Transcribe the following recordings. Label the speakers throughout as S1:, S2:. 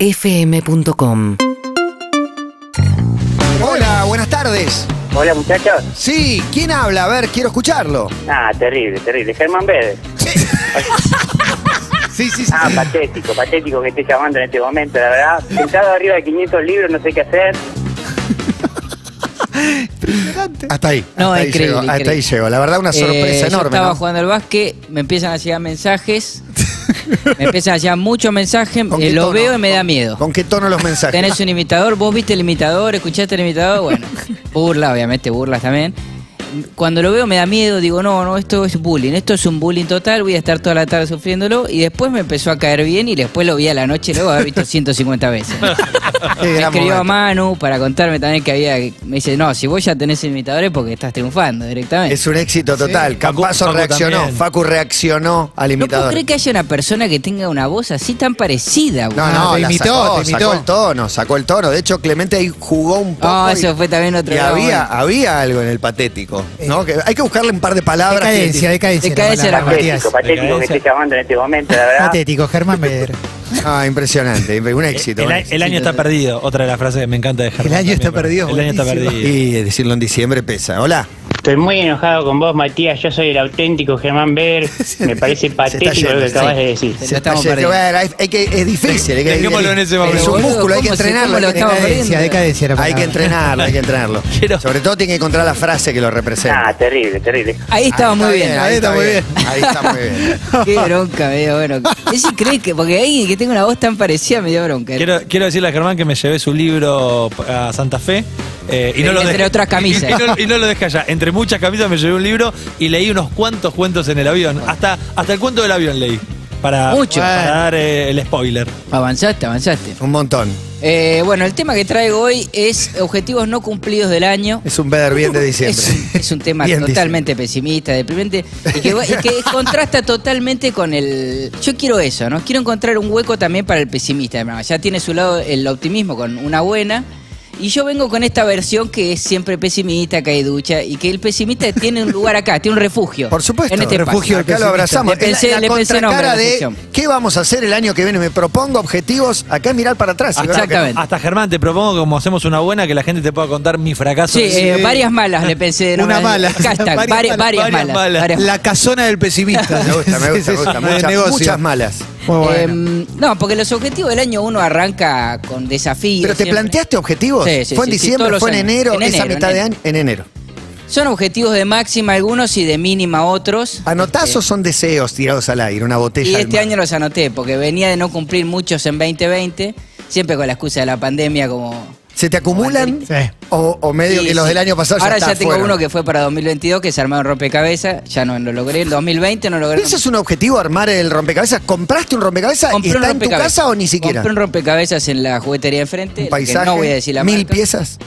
S1: urbanaplayfm.com
S2: Hola, buenas tardes.
S3: Hola muchachos.
S2: Sí, ¿quién habla? A ver, quiero escucharlo.
S3: Ah, terrible, terrible. Germán Vélez.
S2: Sí, sí, sí.
S3: Ah, patético, patético que esté llamando en este momento, la verdad. Sentado arriba de 500 libros, no sé qué hacer.
S2: Hasta ahí.
S4: No,
S2: hasta ahí
S4: increíble,
S2: llego, Hasta
S4: increíble.
S2: ahí llego. La verdad, una sorpresa
S4: Eh, Yo
S2: enorme.
S4: estaba
S2: ¿no?
S4: jugando al básquet, me empiezan a llegar mensajes. me empiezan a llegar muchos mensajes,
S2: ¿Con
S4: eh,
S2: qué
S4: lo
S2: tono?
S4: veo y me da
S2: ¿Con-
S4: miedo.
S2: ¿Con qué tono los mensajes?
S4: Tenés un imitador, vos viste el imitador, escuchaste el imitador, bueno, burla, obviamente burlas también. Cuando lo veo me da miedo, digo, no, no, esto es bullying, esto es un bullying total, voy a estar toda la tarde sufriéndolo y después me empezó a caer bien y después lo vi a la noche, luego haber visto 150 veces.
S2: Qué
S4: Me
S2: gran
S4: escribió
S2: momento.
S4: a Manu para contarme también que había, me dice, no, si vos ya tenés imitadores porque estás triunfando directamente.
S2: Es un éxito total. Campazo
S5: Facu
S2: reaccionó.
S5: también.
S2: Facu reaccionó al
S4: No puedo
S2: imitador.
S4: creer que Ah, haya una persona que tenga una voz así tan parecida, güey.
S2: no, no,
S5: te
S2: la
S5: imitó,
S2: sacó,
S5: te imitó.
S2: sacó el tono, sacó el tono. De hecho, Clemente ahí jugó un poco.
S4: Ah, eso
S2: y-
S4: fue también otro Eh,
S2: Y
S4: lado,
S2: había,
S4: bueno.
S2: había algo en el patético. ¿no? Que hay que buscarle un par de palabras. que-
S5: Decadencia, decadencia.
S4: Decadencia
S5: la
S4: era
S5: palabra, Matías.
S3: Patético, patético que esté llamando en este momento, la verdad.
S5: Patético, Germán Beder.
S2: Ah, impresionante. Un éxito.
S5: el-
S2: un
S5: el-
S2: éxito.
S6: El año está perdido, otra de las frases que me encanta dejar.
S5: El año está perdido,
S6: El año está
S5: buenísimo.
S6: perdido.
S2: Y decirlo en diciembre pesa. Hola.
S7: Estoy muy enojado con vos, Matías. Yo soy el auténtico Germán Ver. Me
S2: Se
S7: parece
S2: está
S7: patético lo
S2: yendo,
S7: que acabas
S2: sí.
S7: de decir.
S4: Lo
S2: Se está
S4: estamos
S2: yendo.
S4: perdiendo.
S2: Bueno, hay- hay que- es difícil. hay que-
S6: Dejémoslo en ese momento.
S2: Es un
S4: Pero,
S2: músculo, hay que
S4: ¿cómo se-
S2: entrenarlo.
S4: cómo lo
S2: hay que
S4: estamos
S2: entrenarlo.
S4: perdiendo?
S5: Decadencia, decadencia era
S2: Hay que entrenarlo, hay que entrenarlo.
S6: Quiero-
S2: Sobre todo tiene que encontrar la frase que lo
S3: Ah,
S2: representa.
S3: terrible, terrible.
S4: Ahí estaba muy bien.
S2: Ahí está muy bien. Ahí está muy bien.
S4: Qué bronca me dio, bueno. Es increíble que, porque alguien que tenga una voz tan parecida me dio bronca.
S6: Quiero, quiero decirle a Germán que me llevé su libro a Santa Fe eh, y no lo
S4: Entre
S6: dejé-
S4: otras camisas.
S6: Y, y no, y no lo dejé allá. Entre muchas camisas me llevé un libro y leí unos cuantos cuentos en el avión. Hasta, hasta el cuento del avión leí. Para,
S4: Mucho.
S6: para
S4: Bueno.
S6: dar eh, el spoiler.
S4: Avanzaste, avanzaste.
S2: Un montón.
S4: Eh, bueno, el tema que traigo hoy es objetivos no cumplidos del año.
S2: Es un better bien de diciembre.
S4: Es, es un tema
S2: Bien
S4: totalmente pesimista, deprimente, y que, va- y que contrasta totalmente con el... Yo quiero eso, ¿no? Quiero encontrar un hueco también para el pesimista. del programa. Ya tiene su lado el optimismo con una buena. Y yo vengo con esta versión que es siempre pesimista, que hay ducha, y que el pesimista tiene un lugar acá, tiene un refugio.
S2: Por supuesto,
S4: En este
S2: refugio
S4: espacio.
S2: acá lo abrazamos.
S4: Le pensé,
S2: Es la, la
S4: le pensé nombre a
S2: contracara
S4: la
S2: de
S4: sección.
S2: qué vamos a hacer el año que viene. Me propongo objetivos. Acá es mirar para atrás. y ver lo que-
S4: Exactamente.
S6: Hasta Germán, te propongo que como hacemos una buena, que la gente te pueda contar mi fracaso.
S4: Sí, eh, varias malas le pensé.
S5: Una
S4: nomás.
S5: mala.
S4: Hashtag, vari- varias,
S5: Varias malas,
S6: varias
S4: malas.
S6: malas.
S4: varias
S5: La casona del pesimista.
S2: Me gusta, me gusta, me gusta.
S5: De
S2: Muchas,
S5: negocio.
S2: muchas malas.
S5: Muy bueno.
S4: Em, no, porque los objetivos del año uno arranca con desafíos.
S2: Pero te
S4: siempre.
S2: planteaste objetivos.
S4: Sí, sí,
S2: fue en
S4: sí, sí,
S2: diciembre,
S4: todos los
S2: fue en
S4: años.
S2: enero,
S4: En
S2: esa
S4: enero,
S2: mitad
S4: en
S2: de
S4: enero.
S2: año, en enero.
S4: Son objetivos de máxima algunos y de mínima otros.
S2: ¿Anotás o son deseos tirados al aire? Una botella.
S4: Y
S2: al
S4: este
S2: mar.
S4: año los anoté, porque venía de no cumplir muchos en 2020, siempre con la excusa de la pandemia como...
S2: ¿Se te acumulan?
S5: Sí.
S2: O, o medio
S4: Sí,
S2: que los
S4: sí.
S2: del año pasado
S4: Ahora
S2: ya,
S4: ya,
S2: está,
S4: tengo
S2: fueron?
S4: uno que fue para 2022, que se armaron rompecabezas, ya no lo logré, en 2020 no logré.
S2: ¿Ese es un objetivo armar el rompecabezas? ¿Compraste un rompecabezas y
S4: Compré un
S2: está en tu
S4: rompecabezas.
S2: casa o ni siquiera?
S4: Compré un rompecabezas en la juguetería de enfrente,
S2: Un
S4: la que
S2: paisaje,
S4: no voy a decir la
S2: mil
S4: marca.
S2: piezas.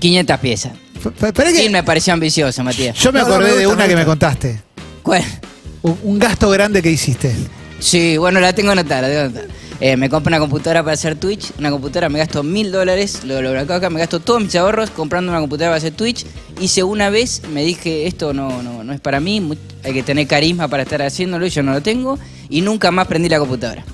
S4: 500 piezas.
S5: Pero es que-
S4: Sí, me pareció ambicioso, Matías.
S5: Yo me
S2: No, no,
S5: acordé
S2: me
S5: de
S2: gusta,
S5: una
S2: me
S5: que me
S2: gusta.
S5: contaste.
S4: ¿Cuál?
S5: Un, un gasto grande que hiciste.
S4: Sí, bueno, la tengo anotada, la tengo anotada. Eh, me compro una computadora para hacer Twitch, una computadora me gasto mil dólares, lo lo bloqueo acá, me gasto todos mis ahorros comprando una computadora para hacer Twitch. Hice una vez, me dije, esto no, no, no es para mí, mu- hay que tener carisma para estar haciéndolo, y yo no lo tengo, y nunca más prendí la computadora.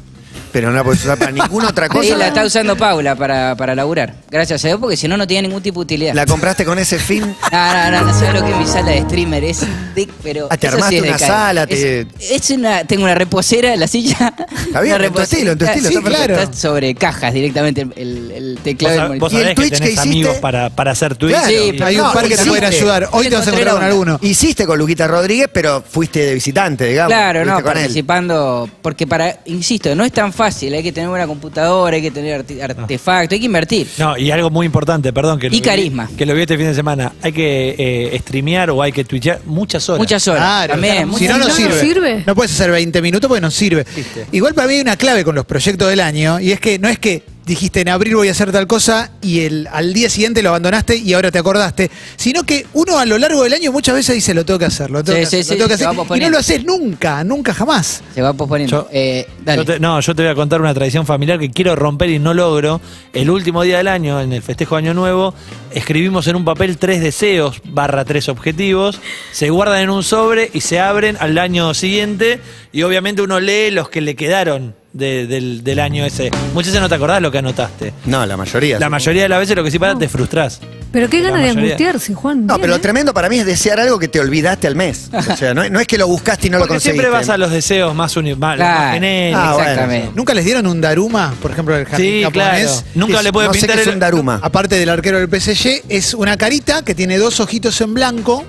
S2: Pero no la podés usar para ninguna otra
S4: Y
S2: cosa.
S4: la está usando Paula para, para laburar, gracias a Dios, porque si no, no tiene ningún tipo de utilidad.
S2: ¿La compraste con ese fin?
S4: No, no, no, no sabes lo que es mi sala de streamer, es de- pero.
S2: Ah, te
S4: eso sí
S2: armaste
S4: es de
S2: una
S4: cara.
S2: sala,
S4: Es-
S2: te-
S4: es una, tengo una reposera en la silla. Está
S2: bien, en tu estilo, en tu estilo, está
S4: claro.
S2: perfecto.
S4: Está sobre cajas directamente el, el- el
S6: Vos,
S4: teclado del
S6: sab- vos
S4: monitor.
S2: ¿Y el
S6: sabés que
S2: Twitch que
S6: tenés
S2: hiciste?
S6: amigos para, para hacer Twitch.
S2: Claro.
S4: Sí,
S5: Hay
S4: No,
S5: un par que te
S4: hiciste.
S5: pueden ayudar. Hoy
S4: Yo
S5: te vas a
S4: encontré
S5: encontrar con
S4: una.
S5: alguno.
S2: Hiciste con Luquita Rodríguez, pero fuiste de visitante, digamos.
S4: Claro,
S2: Fuiste
S4: no,
S2: con él.
S4: participando. Porque para, insisto, no es tan fácil. Hay que tener una computadora, hay que tener arte- artefacto, hay que invertir.
S6: Ah. No, y algo muy importante, perdón. Que lo
S4: Y
S6: vi-
S4: carisma.
S6: Que lo vi este fin de semana. Hay que eh, streamear o hay que twitchear muchas horas.
S4: Muchas horas.
S5: Claro,
S4: también,
S5: claro.
S4: muchas
S5: si no, no
S4: horas.
S5: sirve.
S8: sirve.
S5: No puedes hacer 20 minutos porque no sirve. Igual para mí hay una clave con los proyectos del año y es que no es que dijiste en abril voy a hacer tal cosa y el, al día siguiente lo abandonaste y ahora te acordaste, sino que uno a lo largo del año muchas veces dice lo tengo que hacer, lo tengo
S4: Sí,
S5: que
S4: sí,
S5: hacer,
S4: sí,
S5: lo tengo que
S4: sí,
S5: hacer",
S4: vamos
S5: y no
S4: poniendo.
S5: lo haces nunca, nunca jamás.
S4: Se va posponiendo.
S6: Yo-
S4: Eh, dale.
S6: Yo te- no, yo te voy a contar una tradición familiar que quiero romper y no logro. El último día del año, en el festejo de Año Nuevo, escribimos en un papel tres deseos barra tres objetivos, se guardan en un sobre y se abren al año siguiente y obviamente uno lee los que le quedaron. de- del, del año ese. Muchas veces no te acordás lo que anotaste.
S2: No, la mayoría.
S6: La
S2: sí.
S6: mayoría de las veces lo que sí pasa, te
S4: Ah.
S6: frustrás.
S1: Pero qué
S6: La
S1: ganas de
S6: mayoría.
S1: angustiarse, Juan.
S2: No,
S1: bien,
S2: pero
S1: ¿eh?
S2: lo tremendo para mí es desear algo que te olvidaste al mes. O sea, no, no es que lo buscaste y no lo
S6: Porque
S2: conseguiste.
S6: siempre vas a los deseos más, uni- más, los más
S4: Claro.
S6: genéricos.
S2: Ah, bueno.
S4: Exactamente.
S5: ¿Nunca les dieron un Daruma, por ejemplo, del jardín
S6: Sí,
S5: japonés?
S6: claro. Nunca
S5: Es-
S6: le puede
S2: no sé
S6: pintar
S2: qué es
S6: el-
S2: un daruma.
S5: Aparte del arquero del PSG, es una carita que tiene dos ojitos en blanco,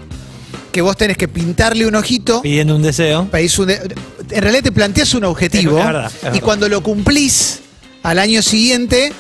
S5: que vos tenés que pintarle un ojito.
S6: Pidiendo un deseo.
S5: pedís un de- en realidad te planteas un objetivo
S6: Es verdad, es
S5: y
S6: verdad.
S5: cuando lo cumplís al año siguiente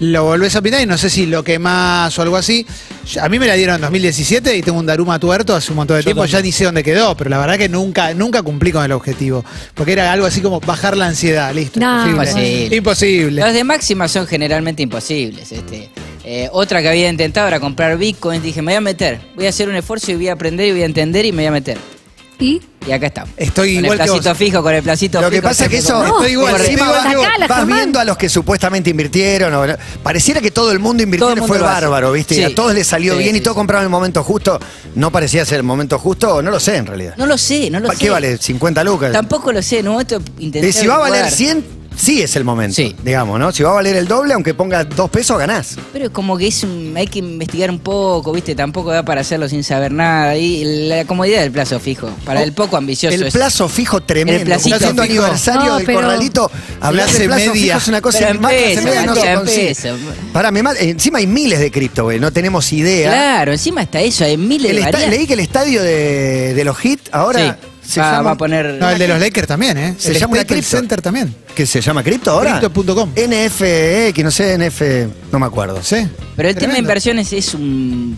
S5: lo volvés a pintar y no sé si lo quemás o algo así. Ya- A mí me la dieron en 2017 y tengo un Daruma tuerto hace un montón de
S6: Yo
S5: tiempo, ya
S6: también.
S5: ni sé dónde quedó, pero la verdad que nunca nunca cumplí con el objetivo, porque era algo así como bajar la ansiedad, listo.
S1: No,
S5: imposible.
S4: imposible.
S5: Imposible.
S4: Las de máxima son generalmente imposibles. Este. Eh, otra que había intentado era comprar bitcoins. Dije, me voy a meter. Voy a hacer un esfuerzo y voy a aprender y voy a entender y me voy a meter.
S1: ¿eh? ¿Y?
S4: Y acá estamos.
S5: Estoy
S4: con
S5: igual que
S4: el placito
S5: vos.
S4: fijo, con el placito
S2: Lo
S4: fijo.
S2: que pasa es que eso,
S1: No, estoy igual,
S2: encima
S1: estoy igual
S2: vas-
S1: que vos. Sacala,
S2: vas
S1: Germán.
S2: viendo a los que supuestamente invirtieron. o- pareciera que todo el mundo invirtió
S4: Todo el
S2: y
S4: mundo
S2: fue
S4: lo hace.
S2: bárbaro, ¿viste? Y
S4: Sí.
S2: a todos les salió
S4: Sí,
S2: bien y
S4: sí,
S2: todo
S4: sí.
S2: compraron en el momento justo. No parecía ser el momento justo, o no lo sé en realidad.
S4: No lo sé, no lo
S2: ¿Para
S4: sé.
S2: ¿Qué vale? ¿50 lucas?
S4: Tampoco lo sé. En un momento intenté
S2: Eh, si va a valer
S4: averiguar.
S2: 100, sí es el momento,
S4: Sí.
S2: digamos, ¿no? Si va a valer el doble, aunque pongas dos pesos, ganás.
S4: Pero como que es un- hay que investigar un poco, ¿viste? Tampoco da para hacerlo sin saber nada. Y la comodidad del plazo fijo. Para el poco ambicioso.
S2: Oh, El
S4: es-
S2: plazo fijo tremendo.
S4: El placito
S2: Está haciendo
S4: fijo.
S2: aniversario
S1: No,
S2: del
S1: pero-
S2: corralito. Hablar
S5: hace
S2: de plazo
S5: media.
S2: fijo es una cosa
S4: Pero
S2: que más que hace
S4: empieza,
S2: media no lo
S4: ya
S2: consigue.
S4: empieza.
S2: Pará, me mata- encima hay miles de cripto, güey. No tenemos idea.
S4: Claro, encima está eso. Hay miles
S2: ¿eh? El
S4: de
S2: esta-
S4: variantes.
S2: leí que el estadio de, de los Hit ahora
S4: Sí,
S2: se
S4: va,
S2: llama.
S4: va a poner.
S5: No, el de los Lakers también, ¿eh?
S2: Se
S5: el
S2: llama una
S5: Staples
S2: cripto.
S5: Center también.
S2: ¿Qué se llama cripto ahora?
S5: Cripto.com.
S2: NFX, no sé, NF. No me acuerdo.
S5: Sí.
S4: Pero el tema de
S5: Tremendo.
S4: inversiones es un,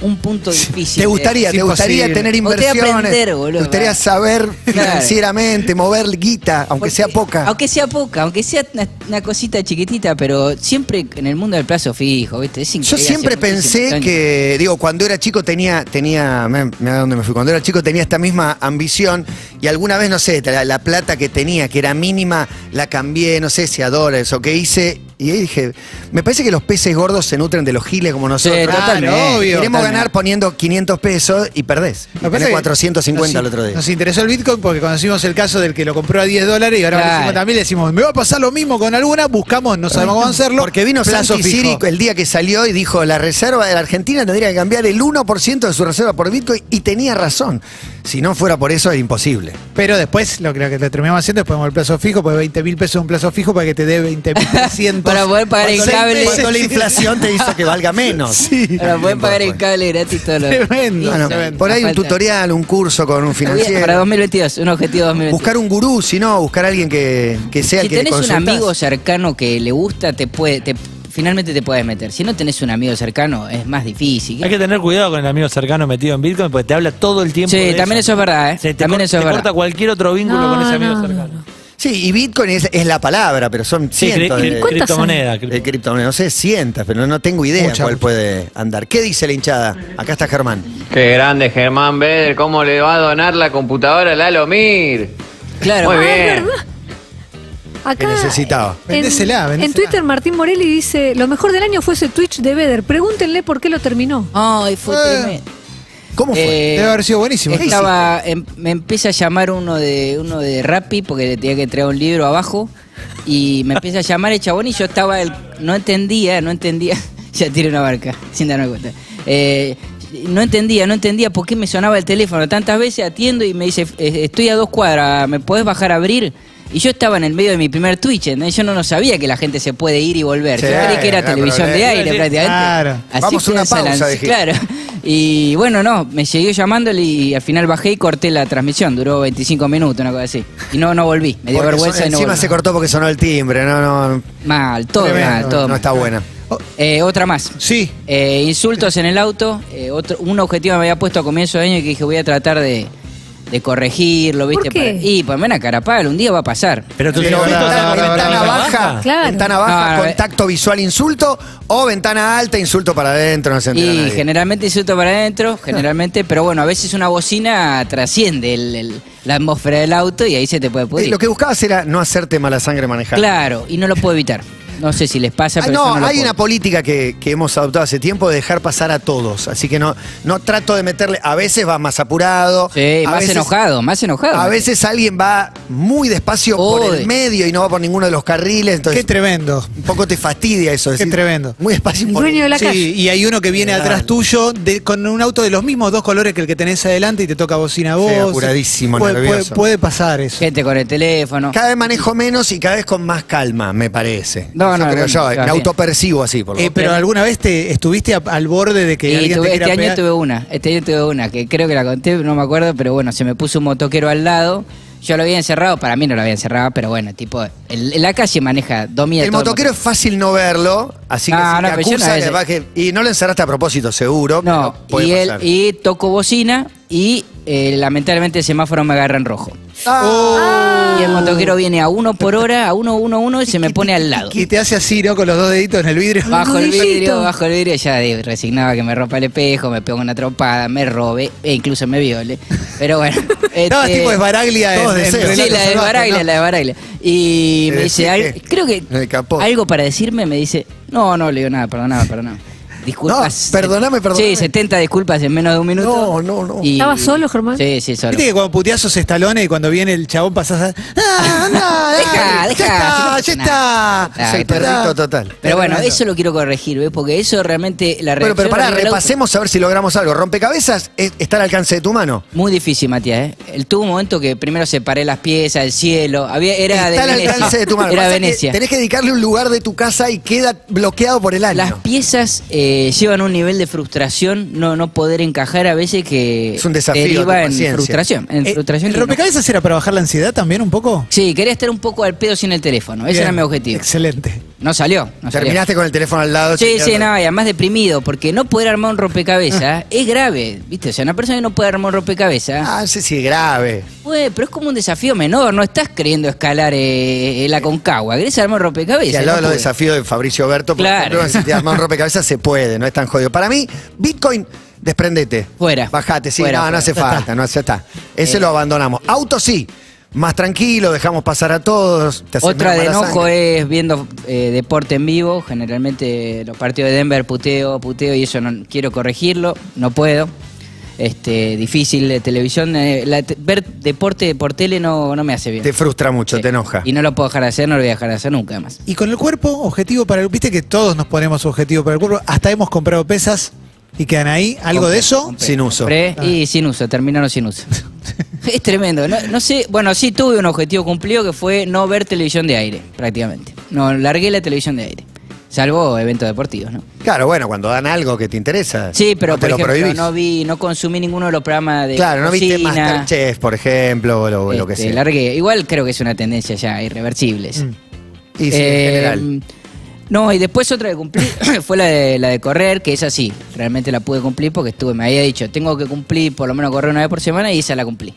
S4: un punto difícil.
S2: ¿Te gustaría,
S5: es
S2: te gustaría
S5: imposible.
S2: tener
S4: Vos te
S2: inversiones?
S4: aprender, boludo,
S2: ¿Te gustaría
S4: ¿verdad?
S2: saber
S4: Claro.
S2: financieramente, mover guita, aunque
S4: Porque-
S2: sea poca?
S4: Aunque sea poca, aunque sea una, una cosita chiquitita, pero siempre en el mundo del plazo fijo, ¿viste? Es
S2: Yo
S4: increíble,
S2: siempre
S4: hace muchísimos
S2: pensé
S4: años.
S2: que, digo, cuando era chico tenía, tenía, me, me da dónde me fui, cuando era chico tenía esta misma ambición y alguna vez, no sé, la, la plata que tenía, que era mínima, la cambié, no sé si a dólares o qué hice, y ahí dije, me parece que los peces gordos se nutren de los giles como nosotros.
S4: Sí, totalmente,
S5: obvio.
S2: Queremos
S4: totalmente.
S2: ganar poniendo 500 pesos y perdés. Y
S5: Lo que pasa
S2: tenés
S5: es que
S2: 450
S5: nos-
S2: el otro día.
S5: Nos interesó el Bitcoin porque conocimos el caso del que lo compró a 10 dólares y ahora
S4: Claro.
S5: vale 50 mil. Decimos, me va a pasar lo mismo con alguna, buscamos, no sabemos cómo hacerlo.
S2: Porque vino
S5: plazo
S2: Santi
S5: fijo.
S2: Siri el día que salió y dijo, la reserva de la Argentina tendría que cambiar el 1% de su reserva por Bitcoin y tenía razón. Si no fuera por eso, era imposible.
S5: Pero después lo que, lo que lo terminamos haciendo es ponemos el plazo fijo, pues 20 mil pesos es un plazo fijo para que te dé 20 mil
S4: Para poder pagar el
S2: Cuando la-
S4: cable.
S2: Cuando la inflación te hizo que valga menos.
S4: Ahora pueden pagar
S6: pues.
S4: el cable gratis todos los
S5: Tremendo,
S2: Bueno,
S5: tremendo.
S2: por ahí un
S4: Falta.
S2: tutorial, un curso con un
S4: Para
S2: financiero.
S4: 2022, un objetivo 2022.
S2: Buscar un gurú, si no, buscar a alguien que, que sea
S4: si
S2: el que le
S4: tenés un
S2: consultás.
S4: amigo cercano que le gusta, te puede, te- finalmente te puedes meter. Si no tenés un amigo cercano, es más difícil.
S6: Hay que tener cuidado con el amigo cercano metido en Bitcoin porque te habla todo el tiempo.
S4: Sí,
S6: de
S4: también eso es verdad, ¿eh?
S6: Se te
S4: También
S6: cor-
S4: eso es
S6: te
S4: verdad.
S6: corta cualquier otro vínculo
S1: No,
S6: con ese amigo
S1: no, no,
S6: cercano.
S1: no.
S2: Sí, y Bitcoin es, es la palabra, pero son
S6: Sí, cri-
S2: cientos
S6: cri-
S2: de,
S1: ¿Cuántas son?
S6: criptomoneda.
S2: de criptomonedas. No sé, cientos, pero no tengo idea
S5: Muchas,
S2: cuál
S5: muchas.
S2: puede andar. ¿Qué dice la hinchada? Acá está Germán.
S8: Qué grande Germán Beder, cómo le va a donar la computadora a Lalo Mir.
S4: Claro.
S8: Muy
S1: Ah, es
S8: bien.
S1: verdad. Acá,
S2: Que necesitaba.
S1: en-
S5: Vendésela, vendésela.
S1: En Twitter Martín Morelli dice, lo mejor del año fue ese Twitch de Beder. Pregúntenle por qué lo terminó.
S4: Ay, fue
S5: Eh,
S4: tremendo.
S2: ¿Cómo fue?
S4: Eh,
S5: Debe haber sido buenísimo.
S4: Estaba, em- me empieza a llamar uno de uno de Rappi porque le tenía que traer un libro abajo y me empieza a llamar el chabón y yo estaba el- no entendía, no entendía, ya tiré una barca sin darme cuenta. Eh, no entendía, no entendía por qué me sonaba el teléfono tantas veces atiendo y me dice "Eh, estoy a dos cuadras, ¿me podés bajar a abrir? Y yo estaba en el medio de mi primer Twitch, ¿entendés? yo no, no sabía que la gente se puede ir y volver.
S2: Sí,
S4: yo creí que era
S2: claro,
S4: televisión
S2: pero
S4: de
S2: le-
S4: aire
S6: Sí,
S4: prácticamente.
S5: claro.
S2: Vamos a una
S4: fue esa
S2: pausa,
S4: lanza-
S2: dije.
S4: Claro. Y bueno, no, me siguió llamándole y al final bajé y corté la transmisión. Duró 25 minutos, una cosa así. Y no, no volví. Me dio
S2: Porque
S4: vergüenza
S2: son-
S4: y no
S2: encima
S4: volví.
S2: se cortó porque sonó el timbre, no, no,
S4: Mal, todo
S5: Tremendo,
S4: mal, todo
S2: no
S4: mal.
S2: está buena.
S4: Eh, otra más.
S5: Sí.
S4: Eh, insultos en el auto. Eh, otro, un objetivo que me había puesto a comienzo de año y que dije voy a tratar de, de corregirlo, ¿viste?
S1: ¿Por qué?
S4: Para- y pues me van a carapal, un día va a pasar.
S6: Pero tus
S5: Pero
S6: insultos
S5: ventana-
S6: son-
S5: ventana
S6: ¿Ventana
S5: baja.
S1: Claro.
S2: Ventana baja,
S4: Ah, a ver.
S2: contacto visual, insulto, o ventana alta, insulto para adentro, no se entera
S4: Y
S2: nadie.
S4: generalmente insulto para adentro, generalmente, pero bueno, a veces una bocina trasciende el- el- la atmósfera del auto y ahí se te puede
S2: Eh,
S4: pudrir.
S2: Lo que buscabas era no hacerte mala sangre manejando.
S4: Claro, y no lo puedo evitar. No sé si les pasa,
S2: Ah,
S4: pero yo
S2: no,
S4: lo
S2: hay
S4: puedo.
S2: una política que, que hemos adoptado hace tiempo de dejar pasar a todos. Así que no, no trato de meterle. A veces va más apurado.
S4: Sí,
S2: a
S4: más
S2: veces-
S4: enojado, más enojado.
S2: A veces alguien va muy despacio por
S4: Jode.
S2: el medio y no va por ninguno de los carriles.
S5: Qué
S2: Entonces,
S5: tremendo.
S2: un poco te fastidia eso.
S5: Qué
S2: decir,
S5: tremendo.
S2: Muy despacio.
S1: El
S2: por-
S1: dueño de la
S5: sí,
S1: calle.
S5: y hay uno que viene
S2: Claro.
S5: atrás tuyo de- con un auto de los mismos dos colores que el que tenés adelante y te toca bocina a vos.
S2: apuradísimo,
S5: puede, puede-
S2: nervioso.
S5: puede pasar eso.
S4: Gente con el teléfono.
S2: Cada vez manejo menos y cada vez con más calma, me parece.
S4: No,
S2: Eso
S4: no,
S2: creo
S4: no,
S2: yo,
S4: no,
S2: me
S4: bien.
S2: autopercibo así, por lo
S5: Eh,
S2: menos.
S5: pero alguna vez te estuviste a- al borde de que
S4: Y
S5: alguien
S4: tuve-
S5: te
S4: este
S5: quiera
S4: año
S5: pegar?
S4: tuve una, este año tuve una, que creo que la conté, no me acuerdo, pero bueno, se me puso un motoquero al lado. Yo lo había encerrado, para mí no lo había encerrado, pero bueno, tipo, el- en la calle maneja, domina
S2: El
S4: todo
S2: motoquero es fácil no verlo, así que
S4: Ah,
S2: si
S4: no,
S2: te
S4: pero yo
S2: acusa
S4: una
S2: que
S4: vez-
S2: baje- Y no lo encerraste a propósito, seguro.
S4: No,
S2: pero puede
S4: y, él,
S2: pasar.
S4: y toco bocina y eh, lamentablemente el semáforo me agarra en rojo.
S2: Ah.
S4: Y el motoquero viene a uno por hora, a uno, uno, uno y se me pone al lado.
S5: Y te hace así, ¿no? Con los dos deditos en el vidrio.
S4: Bajo el
S1: Nudillito.
S4: vidrio, bajo el vidrio, ya de- resignaba que me rompa el espejo, me pego una trompada, me robe e incluso me viole. Pero bueno.
S5: Estabas
S4: este-
S5: tipo de baraglia.
S2: Todos deseos.
S4: Sí, la de Baraglia, la de Baraglia. Y
S2: Te
S4: me dice,
S2: decía
S4: al-
S2: que-
S4: creo que
S2: lo de capó.
S4: algo para decirme, me dice, no, no, le digo nada, perdoname, perdoname. Disculpas.
S2: No, perdoname, perdoname.
S4: Sí, 70 disculpas en menos de un minuto.
S2: No, no, no.
S4: Y-
S1: ¿Estabas solo, Germán?
S4: Sí, sí, solo.
S5: Viste que cuando puteás esos estalones y cuando viene el chabón pasás a... ¡Ah, no,
S4: Deja, deja,
S5: dale, ¡Ya está,
S4: si
S5: ya
S4: no pasa
S5: está!
S4: nada.
S2: Soy
S4: Ah, perdón.
S2: perrito total.
S4: Pero bueno, eso lo quiero corregir, ¿ves? Porque eso realmente la
S2: Bueno,
S4: reacción...
S2: pero pará,
S4: arriba del auto-
S2: repasemos a ver si logramos algo. Rompecabezas es- está al alcance de tu mano.
S4: Muy difícil, Matías. ¿eh? Él tuvo un momento que primero separé las piezas, el cielo. Había, era de
S2: está al
S4: Venecia.
S2: alcance de tu mano.
S4: Era
S2: Pasa que
S4: Venecia.
S2: Tenés que dedicarle un lugar de tu casa y queda bloqueado por el año.
S4: Las piezas eh, llevan un nivel de frustración, no, no poder encajar a veces que
S2: Es un desafío, tu
S4: deriva en
S2: paciencia.
S4: frustración. En
S5: Eh,
S4: frustración
S5: ¿El
S4: que no-
S5: rompecabezas era para bajar la ansiedad también un poco?
S4: Sí, quería estar un poco al pedo sin el teléfono. Ese
S5: Bien.
S4: era mi objetivo.
S5: Excelente.
S4: No salió. no salió.
S2: Terminaste con el teléfono al lado.
S4: Sí, sí,
S2: chequeando.
S4: nada, y además deprimido, porque no poder armar un rompecabezas es grave, ¿viste? O sea, una persona que no puede armar un rompecabezas,
S2: Ah, sí, sí, grave.
S4: Güey, pero es como un desafío menor, no estás queriendo escalar eh, la concagua, querés armar un rompecabezas.
S2: Y al lado de
S4: no
S2: los
S4: pude.
S2: desafíos de Fabricio Berto, por
S4: Claro.
S2: ejemplo, si te armas un rompecabezas se puede, no es tan jodido. Para mí, Bitcoin, desprendete.
S4: Fuera.
S2: Bajate, sí,
S4: Fuera,
S2: no, no
S4: fuera.
S2: hace
S4: Ya Eh.
S2: falta, no hace está. Ese lo abandonamos. Auto sí, más tranquilo, dejamos pasar a todos. te haces
S4: Otra
S2: menos
S4: de
S2: mala
S4: enojo
S2: sangre.
S4: es viendo eh, deporte en vivo, generalmente los partidos de Denver puteo, puteo, y eso no quiero corregirlo, no puedo. Este, difícil de televisión, eh, la te- ver deporte por tele no, no me hace bien.
S2: Te frustra mucho,
S4: Sí.
S2: te enoja.
S4: Y no lo puedo dejar de hacer, no lo voy a dejar de hacer nunca más.
S5: Y con el cuerpo, objetivo para el... Viste que todos nos ponemos objetivo para el cuerpo. Hasta hemos comprado pesas y quedan ahí. ¿Algo
S4: Compré,
S5: de eso?
S4: compré,
S2: Sin uso.
S4: compré y sin uso, terminaron sin uso. es tremendo. No, no sé, bueno, sí tuve un objetivo cumplido que fue no ver televisión de aire, prácticamente. No, largué la televisión de aire. Salvo eventos deportivos, ¿no?
S2: Claro, bueno, cuando dan algo que te interesa.
S4: Sí, pero
S2: no te
S4: por
S2: lo
S4: ejemplo,
S2: prohibís.
S4: no vi, no consumí ninguno de los programas de
S2: claro, no viste
S4: cocina,
S2: Masterchef, por ejemplo, o lo, o lo que
S4: este,
S2: sea. Mm.
S4: Largué. Igual creo que es una tendencia ya irreversible. esa.
S2: Y sí, en
S4: Eh,
S2: general.
S4: No, y después otra que cumplí fue la de, la de correr, que es así. Realmente la pude cumplir porque estuve, me había dicho, tengo que cumplir por lo menos correr una vez por semana y esa la cumplí.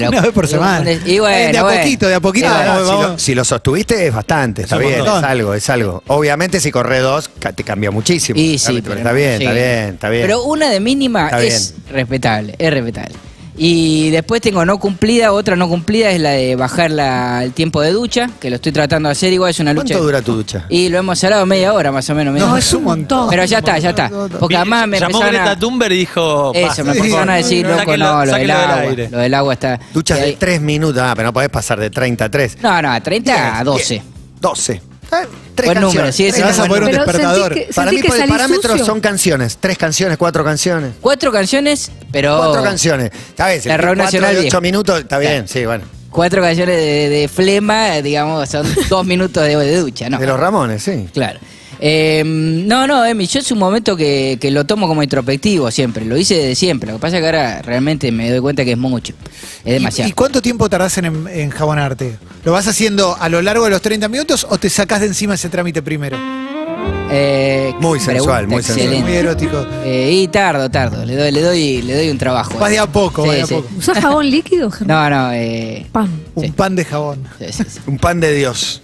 S4: la-
S5: Una vez por
S4: digo,
S5: semana.
S4: Y bueno,
S5: Eh, de a
S4: bueno.
S5: poquito, de a poquito.
S4: Y
S2: Ah,
S4: bueno.
S5: vamos,
S2: si,
S5: vamos.
S2: lo, si lo sostuviste es bastante, está
S5: un
S2: bien, es
S5: montón.
S2: algo, es algo. Obviamente si corre dos ca- te cambia muchísimo.
S4: Y sí,
S2: Pero
S4: pero
S2: está bien,
S4: no
S2: está
S4: llegué.
S2: bien, está bien.
S4: Pero una de mínima
S2: Está
S4: es respetable, es respetable. Y después tengo no cumplida, otra no cumplida es la de bajar la- el tiempo de ducha, que lo estoy tratando de hacer igual, es una lucha.
S2: ¿Cuánto dura tu ducha?
S4: Y lo hemos hablado media hora más o menos. media
S5: No,
S4: hora.
S5: es un montón.
S4: Pero ya está, ya está. Porque además me
S6: Llamó
S4: empezaron a-
S6: Greta Thunberg y dijo.
S4: Eso,
S6: basta.
S4: me empezaron a decir, loco,
S6: Sáquenlo-
S4: no, lo del
S6: sáquenlo
S4: agua.
S6: aire.
S4: Lo del agua está.
S2: Duchas
S4: y
S2: de
S4: ahí-
S2: 3 minutos, ah, pero no podés pasar de 30 a 3.
S4: No, no, 30 a 12.
S2: 12. Tres
S4: Buen número, sí,
S2: tres
S4: ese
S5: vas a
S2: canciones.
S5: poner un
S1: Pero
S5: despertador.
S1: sentí que,
S2: Para
S1: sentí
S2: mí
S1: que
S2: por el
S1: salí
S2: parámetro
S1: sucio.
S2: son canciones. Tres canciones, cuatro canciones.
S4: Cuatro canciones, pero.
S2: Cuatro canciones. Está bien, si
S4: Oh. La
S2: le cuatro
S4: Reunión Nacional
S2: de ocho
S4: diez.
S2: minutos, está bien, sí, bueno.
S4: Cuatro canciones de, de flema, digamos, son dos minutos de, de ducha, ¿no?
S2: De los Ramones, sí.
S4: Claro. Eh, no, no, Emi, yo es un momento que, que lo tomo como introspectivo siempre, lo hice desde siempre, lo que pasa es que ahora realmente me doy cuenta que es mucho, es demasiado.
S5: ¿Y, y cuánto tiempo tardás en, en enjabonarte? ¿Lo vas haciendo a lo largo de los 30 minutos o te sacás de encima ese trámite primero?
S4: Eh,
S2: Muy
S4: pregunta
S2: sensual, muy sensual.
S4: excelente.
S5: Muy erótico.
S4: Eh, y tardo, tardo, le doy, le doy, le doy un trabajo.
S5: Vas de a poco,
S4: Sí,
S5: vas de a
S4: sí.
S5: poco.
S1: ¿Usás jabón líquido, Germán?
S4: No, no, eh,
S1: Pam.
S5: Un
S4: Sí.
S5: pan de jabón.
S4: sí, sí, sí.
S2: Un pan de Dios.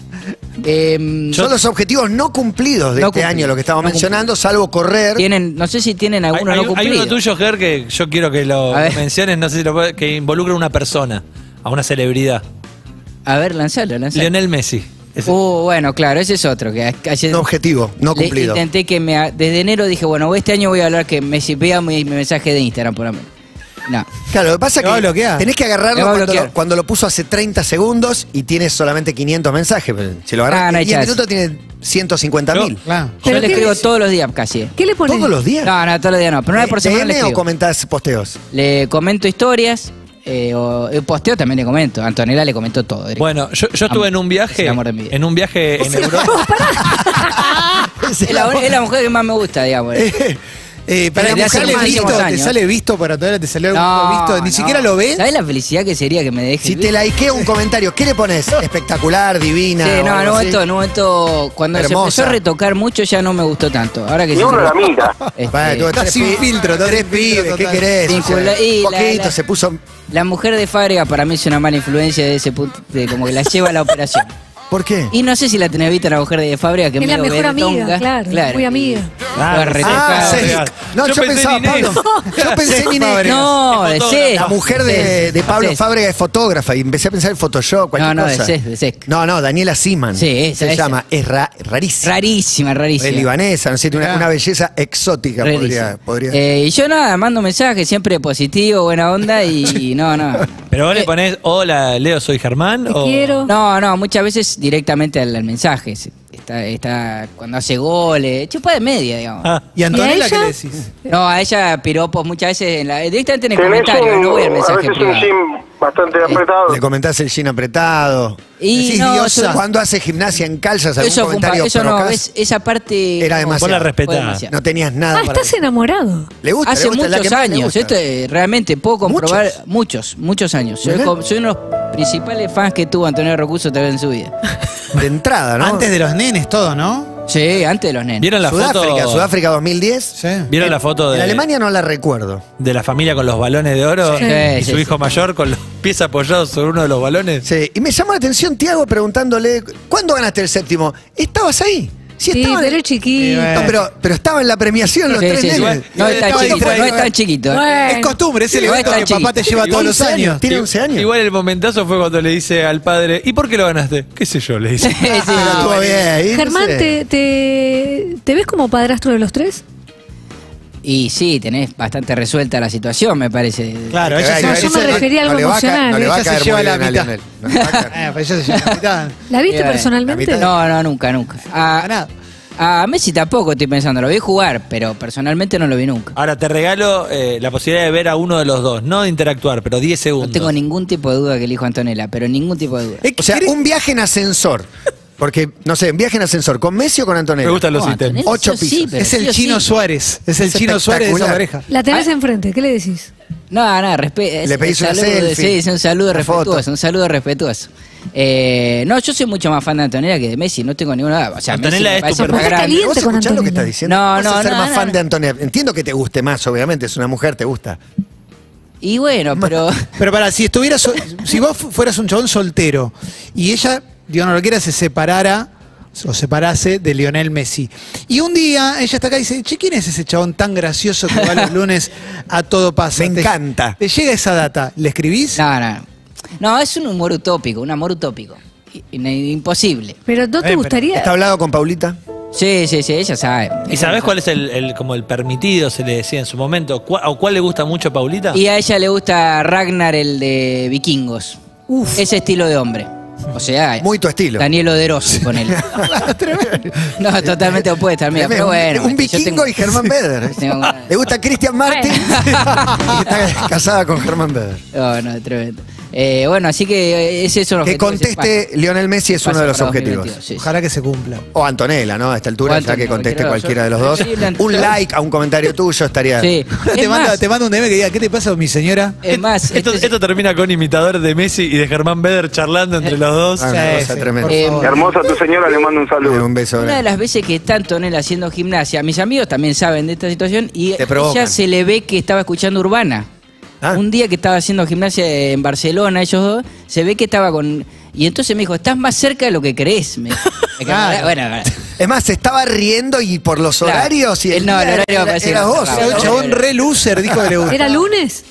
S4: Em,
S2: Son los objetivos no cumplidos de
S4: No
S2: este
S4: cumplidos.
S2: año, lo que estamos
S4: No
S2: mencionando, salvo correr.
S4: tienen, no sé si tienen
S6: Hay,
S4: alguno
S6: hay
S4: no
S6: un- hay
S4: cumplido.
S6: uno tuyo, Ger, que yo quiero que lo
S4: A ver.
S6: menciones, no sé si lo puede- que involucra a una persona, a una celebridad.
S4: A ver, lanzalo, lanzalo.
S6: Lionel Messi. Ese-
S4: Uh, bueno, claro, ese es otro. Que a- ayer
S2: Un objetivo, no
S4: le-
S2: cumplido.
S4: Intenté que me. ha- Desde enero dije, bueno, este año voy a hablar que me vea mi, mi mensaje de Instagram, por amor. No.
S2: Claro, lo que pasa
S5: Te va a
S2: es que
S5: bloquear.
S2: tenés que
S4: Te
S2: agarrarlo
S4: va a
S2: cuando lo,
S4: bloquear.
S2: cuando lo puso hace 30 segundos y tienes solamente 500 mensajes. pero Si lo agarras
S4: Ah, no hay
S2: en 10
S4: chance.
S2: minutos tiene 150 mil.
S5: Claro.
S4: Yo le
S1: Pero ¿qué
S4: escribo
S1: ves?
S4: todos los días casi. eh.
S1: ¿Qué le pones?
S2: Todos los días.
S4: No, no, todos los días no. Pero una vez por
S2: Eh,
S4: semana
S2: ¿DM
S4: le
S2: o
S4: escribo.
S2: comentás posteos?
S4: Le comento historias. eh, o, eh, posteo también le comento. Antonella le comentó todo. directo.
S6: Bueno, yo, yo estuve en un
S4: Es el
S6: viaje.
S4: amor de mi vida.
S6: En un viaje en Europa.
S4: es, la, es la mujer que más me gusta, digamos.
S5: Eh, para
S4: Desde
S5: te
S4: hace
S5: sale
S4: muchísimos
S5: visto, te
S4: años.
S5: sale visto para todavía te salió algún visto, ni
S4: no.
S5: siquiera lo ves.
S4: ¿Sabés la felicidad que sería que me deje?
S2: Si te likea un comentario, ¿qué le pones? Espectacular, divina.
S4: Sí,
S2: o
S4: no, en un
S2: algo
S4: momento,
S2: así?
S4: en un momento, cuando se
S2: Hermosa.
S4: empezó a retocar mucho ya no me gustó tanto. Ahora que
S3: Ni
S4: se-
S3: uno la mira.
S4: este,
S2: Bueno, tú
S5: Estás
S2: tres
S5: sin
S2: pi-
S5: filtro, estás
S2: tres
S5: sin
S2: pibes,
S5: filtro
S2: ¿qué
S5: total.
S2: querés?
S4: Sin
S2: O sea,
S4: culo- y la-
S2: poquito,
S4: la-
S2: se puso.
S4: la mujer de Fábrega para mí es una mala influencia de ese punto, de como que la lleva a la operación.
S2: ¿Por qué?
S4: Y no sé si la tenés vista la mujer de Fábrega, que
S1: Es la
S4: medio
S1: mejor amiga,
S4: beretonga.
S1: claro, muy amiga.
S6: Ah,
S4: Lo retocaba.
S6: ah,
S2: sí. No, yo, pensaba,
S6: en Inés.
S2: Pablo. Yo pensé en Inés.
S4: No,
S6: Es
S4: de
S6: fotógrafa.
S4: Sesc.
S2: La mujer de,
S4: Sesc.
S2: de Pablo
S4: Sesc.
S2: Fábrega es fotógrafa y empecé a pensar en Photoshop, cualquier
S4: No, no, de
S2: cosa.
S4: Sesc, de Sesc.
S2: No, no, Daniela Siman.
S4: Sí, esa,
S2: Se
S4: esa.
S2: llama, es ra- rarísima.
S4: Rarísima, rarísima.
S2: Es libanesa, no sé, tiene una,
S5: Ah.
S2: una belleza exótica, podría.
S4: Rarísima.
S2: podría-
S4: Eh, y yo nada, mando mensajes siempre positivo, buena onda y no, no.
S6: Pero
S4: Eh.
S6: vos le ponés, hola, Leo, soy Germán.
S1: Te
S6: o-
S1: quiero.
S4: No, no, muchas veces directamente al, al mensaje. Se- Está, está cuando hace goles, chupa de media, digamos.
S6: Ah,
S5: ¿Y
S1: ¿Y a
S5: Antonella
S1: ella?
S5: qué le decís?
S4: No, a ella piropos muchas veces en la, directamente en el
S3: Tenés
S4: comentario,
S3: un-
S4: no voy al
S3: a
S4: mensaje
S3: veces un
S4: privado.
S3: gym bastante apretado.
S2: Le comentás el jean apretado.
S4: Y no,
S2: "Diosa,
S4: eso-
S2: cuando hace gimnasia en calzas, algún
S4: Eso, fue un pa-
S2: comentario
S4: eso no,
S2: procaz?
S4: es- esa parte
S2: Era
S4: no,
S2: demasiado.
S6: Vos la respetás.
S4: fue demasiado.
S2: No tenías nada
S1: Ah,
S2: para
S1: estás enamorado.
S2: Le gusta,
S4: Hace
S2: le gusta, es la
S4: muchos
S2: que más le
S4: años,
S2: gusta.
S4: esto es- realmente puedo comprobar
S2: ¿Muchos?
S4: muchos, muchos, años. Soy,
S2: Mirá.
S4: com- soy uno de los principales fans que tuvo Antonio Rocuso tal vez en su vida.
S2: De entrada, ¿no?
S5: Antes de los nenes, todo, ¿no?
S4: Sí, antes de los nenes.
S6: ¿Vieron la
S2: Sudáfrica,
S6: foto?
S2: Sudáfrica 2010.
S5: Sí.
S6: ¿Vieron la foto
S2: En
S6: de,
S2: Alemania no la recuerdo.
S6: de la familia con los balones de oro?
S4: Sí.
S6: y
S4: Sí,
S6: su
S4: sí,
S6: hijo
S4: sí.
S6: mayor con los pies apoyados sobre uno de los balones.
S2: Sí, y me llamó la atención Tiago preguntándole, ¿cuándo ganaste el séptimo? ¿Estabas ahí? Sí,
S1: Sí,
S2: estaba en-
S1: pero es chiquito.
S2: No, pero, pero estaba en la premiación los
S4: Sí,
S2: tres
S4: sí, sí.
S2: nenes.
S4: No es tan
S5: Estaba
S4: chiquito, no
S5: distraído.
S4: es tan chiquito. eh.
S1: Bueno.
S5: Es costumbre, es el
S4: Igual está
S5: evento que papá
S4: chiquito.
S5: te lleva todos los
S2: 11
S5: años.
S2: Tiene 11 años.
S6: Igual el momentazo fue cuando le dice al padre, ¿y por qué lo ganaste? ¿Qué sé yo? Le dice.
S4: Sí, sí.
S2: Ah, estuvo bien, y no
S1: Germán,
S2: sé.
S1: te, te, ¿te ves como padrastro de los tres?
S4: Y sí, tenés bastante resuelta la situación, me parece.
S5: Claro,
S2: Te va a
S5: ella
S1: No,
S2: caer-
S5: se
S1: yo me
S2: no-
S1: refería a
S2: no
S1: algo
S2: le va caer-
S1: emocional,
S2: No le va a
S5: ella se
S2: caer
S5: lleva
S2: muy
S5: la
S2: bien a
S5: mitad.
S2: Lionel. No le va a caer.
S5: Eh, pues ella se lleva la
S4: Ah,
S5: mitad.
S1: ¿La viste
S4: Mira,
S1: personalmente?
S2: la mitad.
S4: No, no, nunca, nunca.
S5: Ah,
S4: A,
S5: nada.
S4: a Messi tampoco estoy pensando, lo vi jugar, pero personalmente no lo vi nunca.
S6: Ahora te regalo eh, la posibilidad de ver a uno de los dos, no de interactuar, pero 10 segundos.
S4: No tengo ningún tipo de duda que elijo a Antonella, pero ningún tipo de duda.
S5: Eh,
S2: O sea,
S5: ¿querés-
S2: un viaje en ascensor. Porque, no sé, un viaje en ascensor, ¿con Messi o con Antonella?
S6: Me gustan los
S4: No,
S6: ítems.
S4: Antonella,
S2: Ocho
S4: sí o sí,
S2: pisos.
S4: pero
S5: es el
S4: sí o
S5: chino
S4: sí.
S5: Suárez. Es el
S2: Es
S5: chino Suárez de esa
S2: espectacular.
S5: pareja.
S1: La tenés
S4: Ah.
S1: enfrente, ¿qué le decís?
S4: No, nada, respeto.
S2: Le pedís una selfie,
S4: Sí, es un saludo
S2: una foto.
S4: respetuoso, un saludo respetuoso. Eh, no, yo soy mucho más fan de Antonella que de Messi, no tengo ninguna duda. O sea,
S6: Antonella es
S4: Messi me
S6: tu
S4: parece más
S1: personaje.
S4: grande.
S1: Caliente
S2: ¿Vos escuchás
S1: con
S2: lo que
S1: Antonella.
S2: estás diciendo?
S4: No,
S2: Vas a
S4: no,
S2: ser
S4: no,
S2: más
S4: no,
S2: fan
S4: no.
S2: de Antonella. Entiendo que te guste más, obviamente, es una mujer, te gusta.
S4: Y bueno, pero...
S5: Pero para, si estuvieras, so- si vos fu- fueras un chabón soltero y ella, Dios no lo quiera, se separara o separase de Lionel Messi. Y un día ella está acá y dice, che, ¿quién es ese chabón tan gracioso que va los lunes a todo pasa?
S2: Me
S5: Te-
S2: encanta.
S5: Te llega esa data, ¿le escribís?
S4: No, no. No, es un humor utópico, un amor utópico. I- in- Imposible.
S1: Pero no te
S5: Eh,
S1: gustaría.
S2: ¿Está hablado con Paulita?
S4: Sí, sí, sí, ella sabe.
S6: ¿Y sabés cuál es el, el- como el permitido, se le decía en su momento? ¿Cuá- ¿O cuál le gusta mucho a Paulita?
S4: Y a ella le gusta Ragnar, el de vikingos. Ese estilo de hombre. O sea,
S2: Muy tu estilo.
S4: Daniel Oderoso con él. no, totalmente opuesta al mío,
S2: Tremendo.
S4: Pero bueno.
S2: un
S4: yo
S2: vikingo
S4: tengo-
S2: y Germán Beder.
S4: Tengo una-
S2: Le gusta Christian Martin y está casada con Germán Beder.
S4: No, no, tremendo. Eh, bueno, así que eh, ese es un
S2: Que
S4: objetivo se
S2: conteste Lionel Messi es
S4: pasa-
S2: uno de los
S4: pasa para
S2: objetivos.
S4: 2022, sí, sí.
S5: Ojalá que se cumpla.
S2: O Antonella, ¿no? A esta altura,
S4: O
S2: ya que
S4: Antonella,
S2: conteste cualquiera
S4: cualquiera
S2: de
S4: de
S2: los
S4: los
S2: dos.
S4: dos. Preferible
S2: Un
S4: Antonella.
S2: like a un comentario tuyo estaría.
S4: Sí.
S5: Te
S4: Es
S5: manda,
S4: más,
S5: te manda un DM que diga, ¿qué te pasa, mi señora?
S4: es más,
S6: esto,
S4: este-
S6: esto termina con imitador de Messi y de Germán Beder charlando entre los dos.
S2: Ah, una
S5: Sí,
S2: cosa
S5: sí,
S2: tremenda.
S5: por
S4: Eh,
S5: favor.
S3: Hermosa tu señora, le mando un
S2: Eh,
S3: saludo.
S2: Un beso.
S4: Una de las veces que está Antonella haciendo gimnasia, mis amigos también saben de esta situación y
S2: Te provocan.
S4: ella se le ve que estaba escuchando Urbana.
S2: Ah.
S4: Un día que estaba haciendo gimnasia en Barcelona, ellos dos, se ve que estaba con... Y entonces me dijo, estás más cerca de lo que crees. Me, me-
S5: Claro.
S4: Bueno, bueno,
S2: Es más, se estaba riendo y por los
S4: Claro.
S2: horarios y
S4: No, el
S2: día
S4: horario
S2: era-
S4: parece que
S2: eras
S4: no
S2: vos.
S5: O sea, un
S4: cerraba.
S2: eras vos.
S5: chabón re loser, dijo que le gusta.
S1: ¿Era lunes?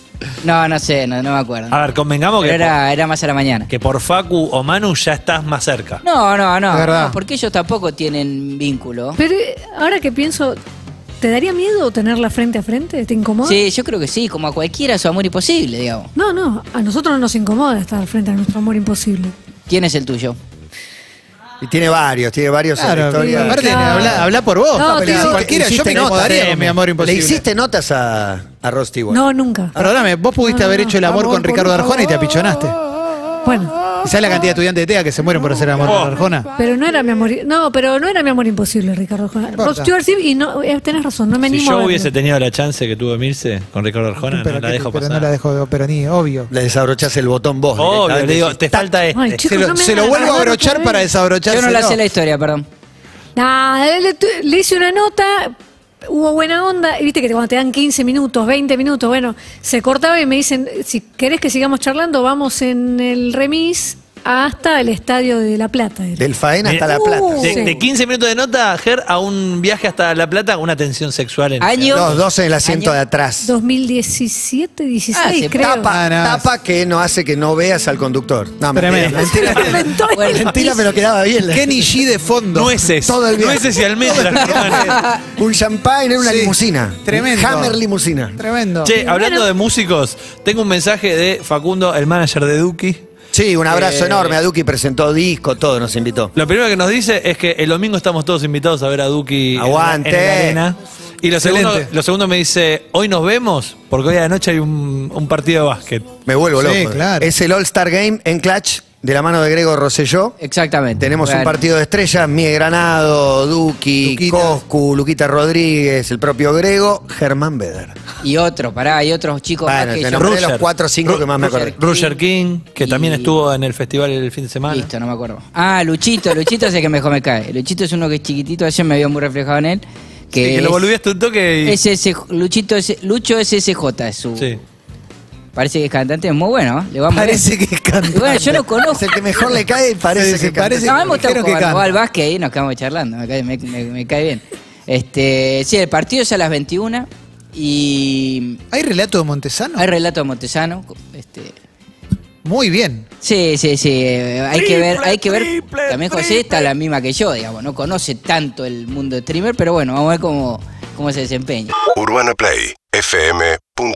S4: No, no sé, no, no me acuerdo.
S6: A ver, convengamos Ah, que,
S4: Pero era, era más a la mañana.
S6: por, que por Facu o Manu ya estás más cerca.
S4: No, no, no,
S5: Es verdad.
S4: no, Porque ellos tampoco tienen vínculo.
S1: Pero eh, ahora que pienso, ¿te daría miedo tenerla frente a frente? ¿Te incomoda?
S4: Sí, yo creo que sí, como a cualquiera su amor imposible, digamos.
S1: No, no, a nosotros no nos incomoda estar frente a nuestro amor imposible.
S4: ¿Quién es el tuyo?
S2: Y tiene varios, tiene varios en la
S5: Claro,
S2: historia.
S5: aparte,
S1: Claro.
S5: habla, habla por vos.
S1: No,
S5: Pero
S1: te
S5: si
S1: digo-
S5: cualquiera, yo
S2: Hiciste
S5: me
S2: notas,
S5: incomodaría
S2: eh,
S5: con mi amor
S2: Le
S5: imposible.
S2: hiciste notas a, a Ross Stewart.
S1: No, nunca.
S5: Perdóname, vos pudiste
S1: No,
S5: haber
S1: no,
S5: hecho el amor
S1: amor
S5: con
S1: por
S5: Ricardo
S1: favor.
S5: Arjona y te apichonaste.
S1: Bueno,
S5: ¿Y sabes la cantidad de estudiantes de TEA que se mueren por hacer el
S6: Oh.
S5: amor con Arjona?
S1: pero no era mi amor. No, pero no era mi amor imposible, Ricardo. Arjona.
S5: importa.
S1: Rod Stewart sí, y no, eh, tenés razón, no me
S6: Si
S1: animo. a
S6: yo
S1: verlo.
S6: hubiese tenido la chance que tuvo Mirce con Ricardo Arjona,
S5: pero
S6: no la
S5: que-
S6: dejo
S5: pero
S6: pasar.
S5: no la dejo, pero ni, obvio.
S2: Le desabrochás el botón vos.
S6: Obvio,
S2: directamente.
S6: le digo, te falta este.
S1: Ay,
S5: Se
S1: chicos,
S5: lo,
S1: no me
S5: se lo
S1: hagan
S5: vuelvo a
S1: agarrar
S5: abrochar
S1: otra
S5: para
S1: vez.
S5: desabrocharse.
S4: Yo no la sé la historia, perdón.
S1: Nah, le, le hice una nota, hubo buena onda, y viste que cuando te dan 15 minutos, 20 minutos, bueno, se cortaba y me dicen, si querés que sigamos charlando, vamos en el remis hasta el Estadio de La Plata. era.
S2: Del faena hasta la
S1: Uh,
S2: plata.
S6: De,
S1: Sí.
S6: de 15 minutos de nota, Ger, a un viaje hasta La Plata, una tensión sexual en
S4: Año.
S2: Los dos en el asiento
S4: Año-
S2: de atrás.
S1: 2017, 16,
S4: Ah, se
S1: creo.
S2: Tapa,
S5: Ah, no.
S2: tapa que no hace que no veas al conductor. No, mentira,
S5: Tremendo.
S2: mentira.
S1: Inventó
S4: Bueno,
S1: el-
S2: Mentira, pero quedaba bien.
S5: Kenny G de fondo.
S6: Nueces.
S2: Todo el viaje.
S6: Nueces y almendras. hermano.
S2: Un champagne en una
S5: Sí.
S2: limusina.
S5: Tremendo.
S2: Un Hammer limusina.
S5: Tremendo.
S6: Che, hablando de músicos, tengo un mensaje de Facundo, el manager de Duki.
S2: Sí, un abrazo
S6: Eh.
S2: enorme. A Duki presentó disco, todo, nos invitó.
S6: Lo primero que nos dice es que el domingo estamos todos invitados a ver a Duki en la-
S2: Aguante.
S6: en la arena. Y lo segundo,
S5: Excelente.
S6: lo segundo me dice, hoy nos vemos porque hoy a la noche hay un, un partido de básquet.
S2: Me vuelvo
S5: Sí,
S2: loco.
S5: claro.
S2: Es el All-Star Game en Clutch, de la mano de Grego Rosselló.
S4: Exactamente.
S2: Tenemos un
S4: Bueno.
S2: partido de estrellas, Mie Granado, Duki,
S5: Luquita.
S2: Coscu, Luquita Rodríguez, el propio Grego, Germán Beder.
S4: Y otro, pará, hay otros chicos
S2: Bueno,
S4: más que
S2: te
S4: yo.
S2: nombré los cuatro o cinco que más me
S4: Roger.
S2: acordé.
S6: Roger King, que
S4: Y-
S6: también estuvo en el festival el fin de semana.
S4: Listo, no me acuerdo. Ah, Luchito, Luchito es el que mejor me cae. Luchito es uno que es chiquitito, ayer me vio muy reflejado en él. Que,
S6: Sí, que lo
S4: es-
S6: volvías un toque y...
S4: es ese- Luchito es- Lucho SSJ es su.
S6: Sí.
S4: Parece que es cantante, es muy bueno, ¿eh? le va muy
S5: Parece que
S4: bien.
S5: canta.
S4: Y bueno, yo lo
S2: Es
S4: conozco.
S2: el que mejor le cae y parece
S5: Sí, sí,
S2: que canta.
S5: parece-
S4: No, a mí me gusta
S5: dijeron que
S4: cuando
S5: canta.
S4: va al básquet ahí nos quedamos charlando, me cae, me- me- me cae bien. Este, sí, el partido es a las 21 y
S5: ¿Hay relato de Montesano?
S4: hay relato de Montesano. Este,
S5: Muy bien.
S4: Sí, sí, sí. eh, Hay que ver, hay que ver. También José está la misma que yo, digamos. No conoce tanto el mundo de streamer, pero bueno, vamos a ver cómo, cómo se desempeña.
S9: UrbanaPlayFM.com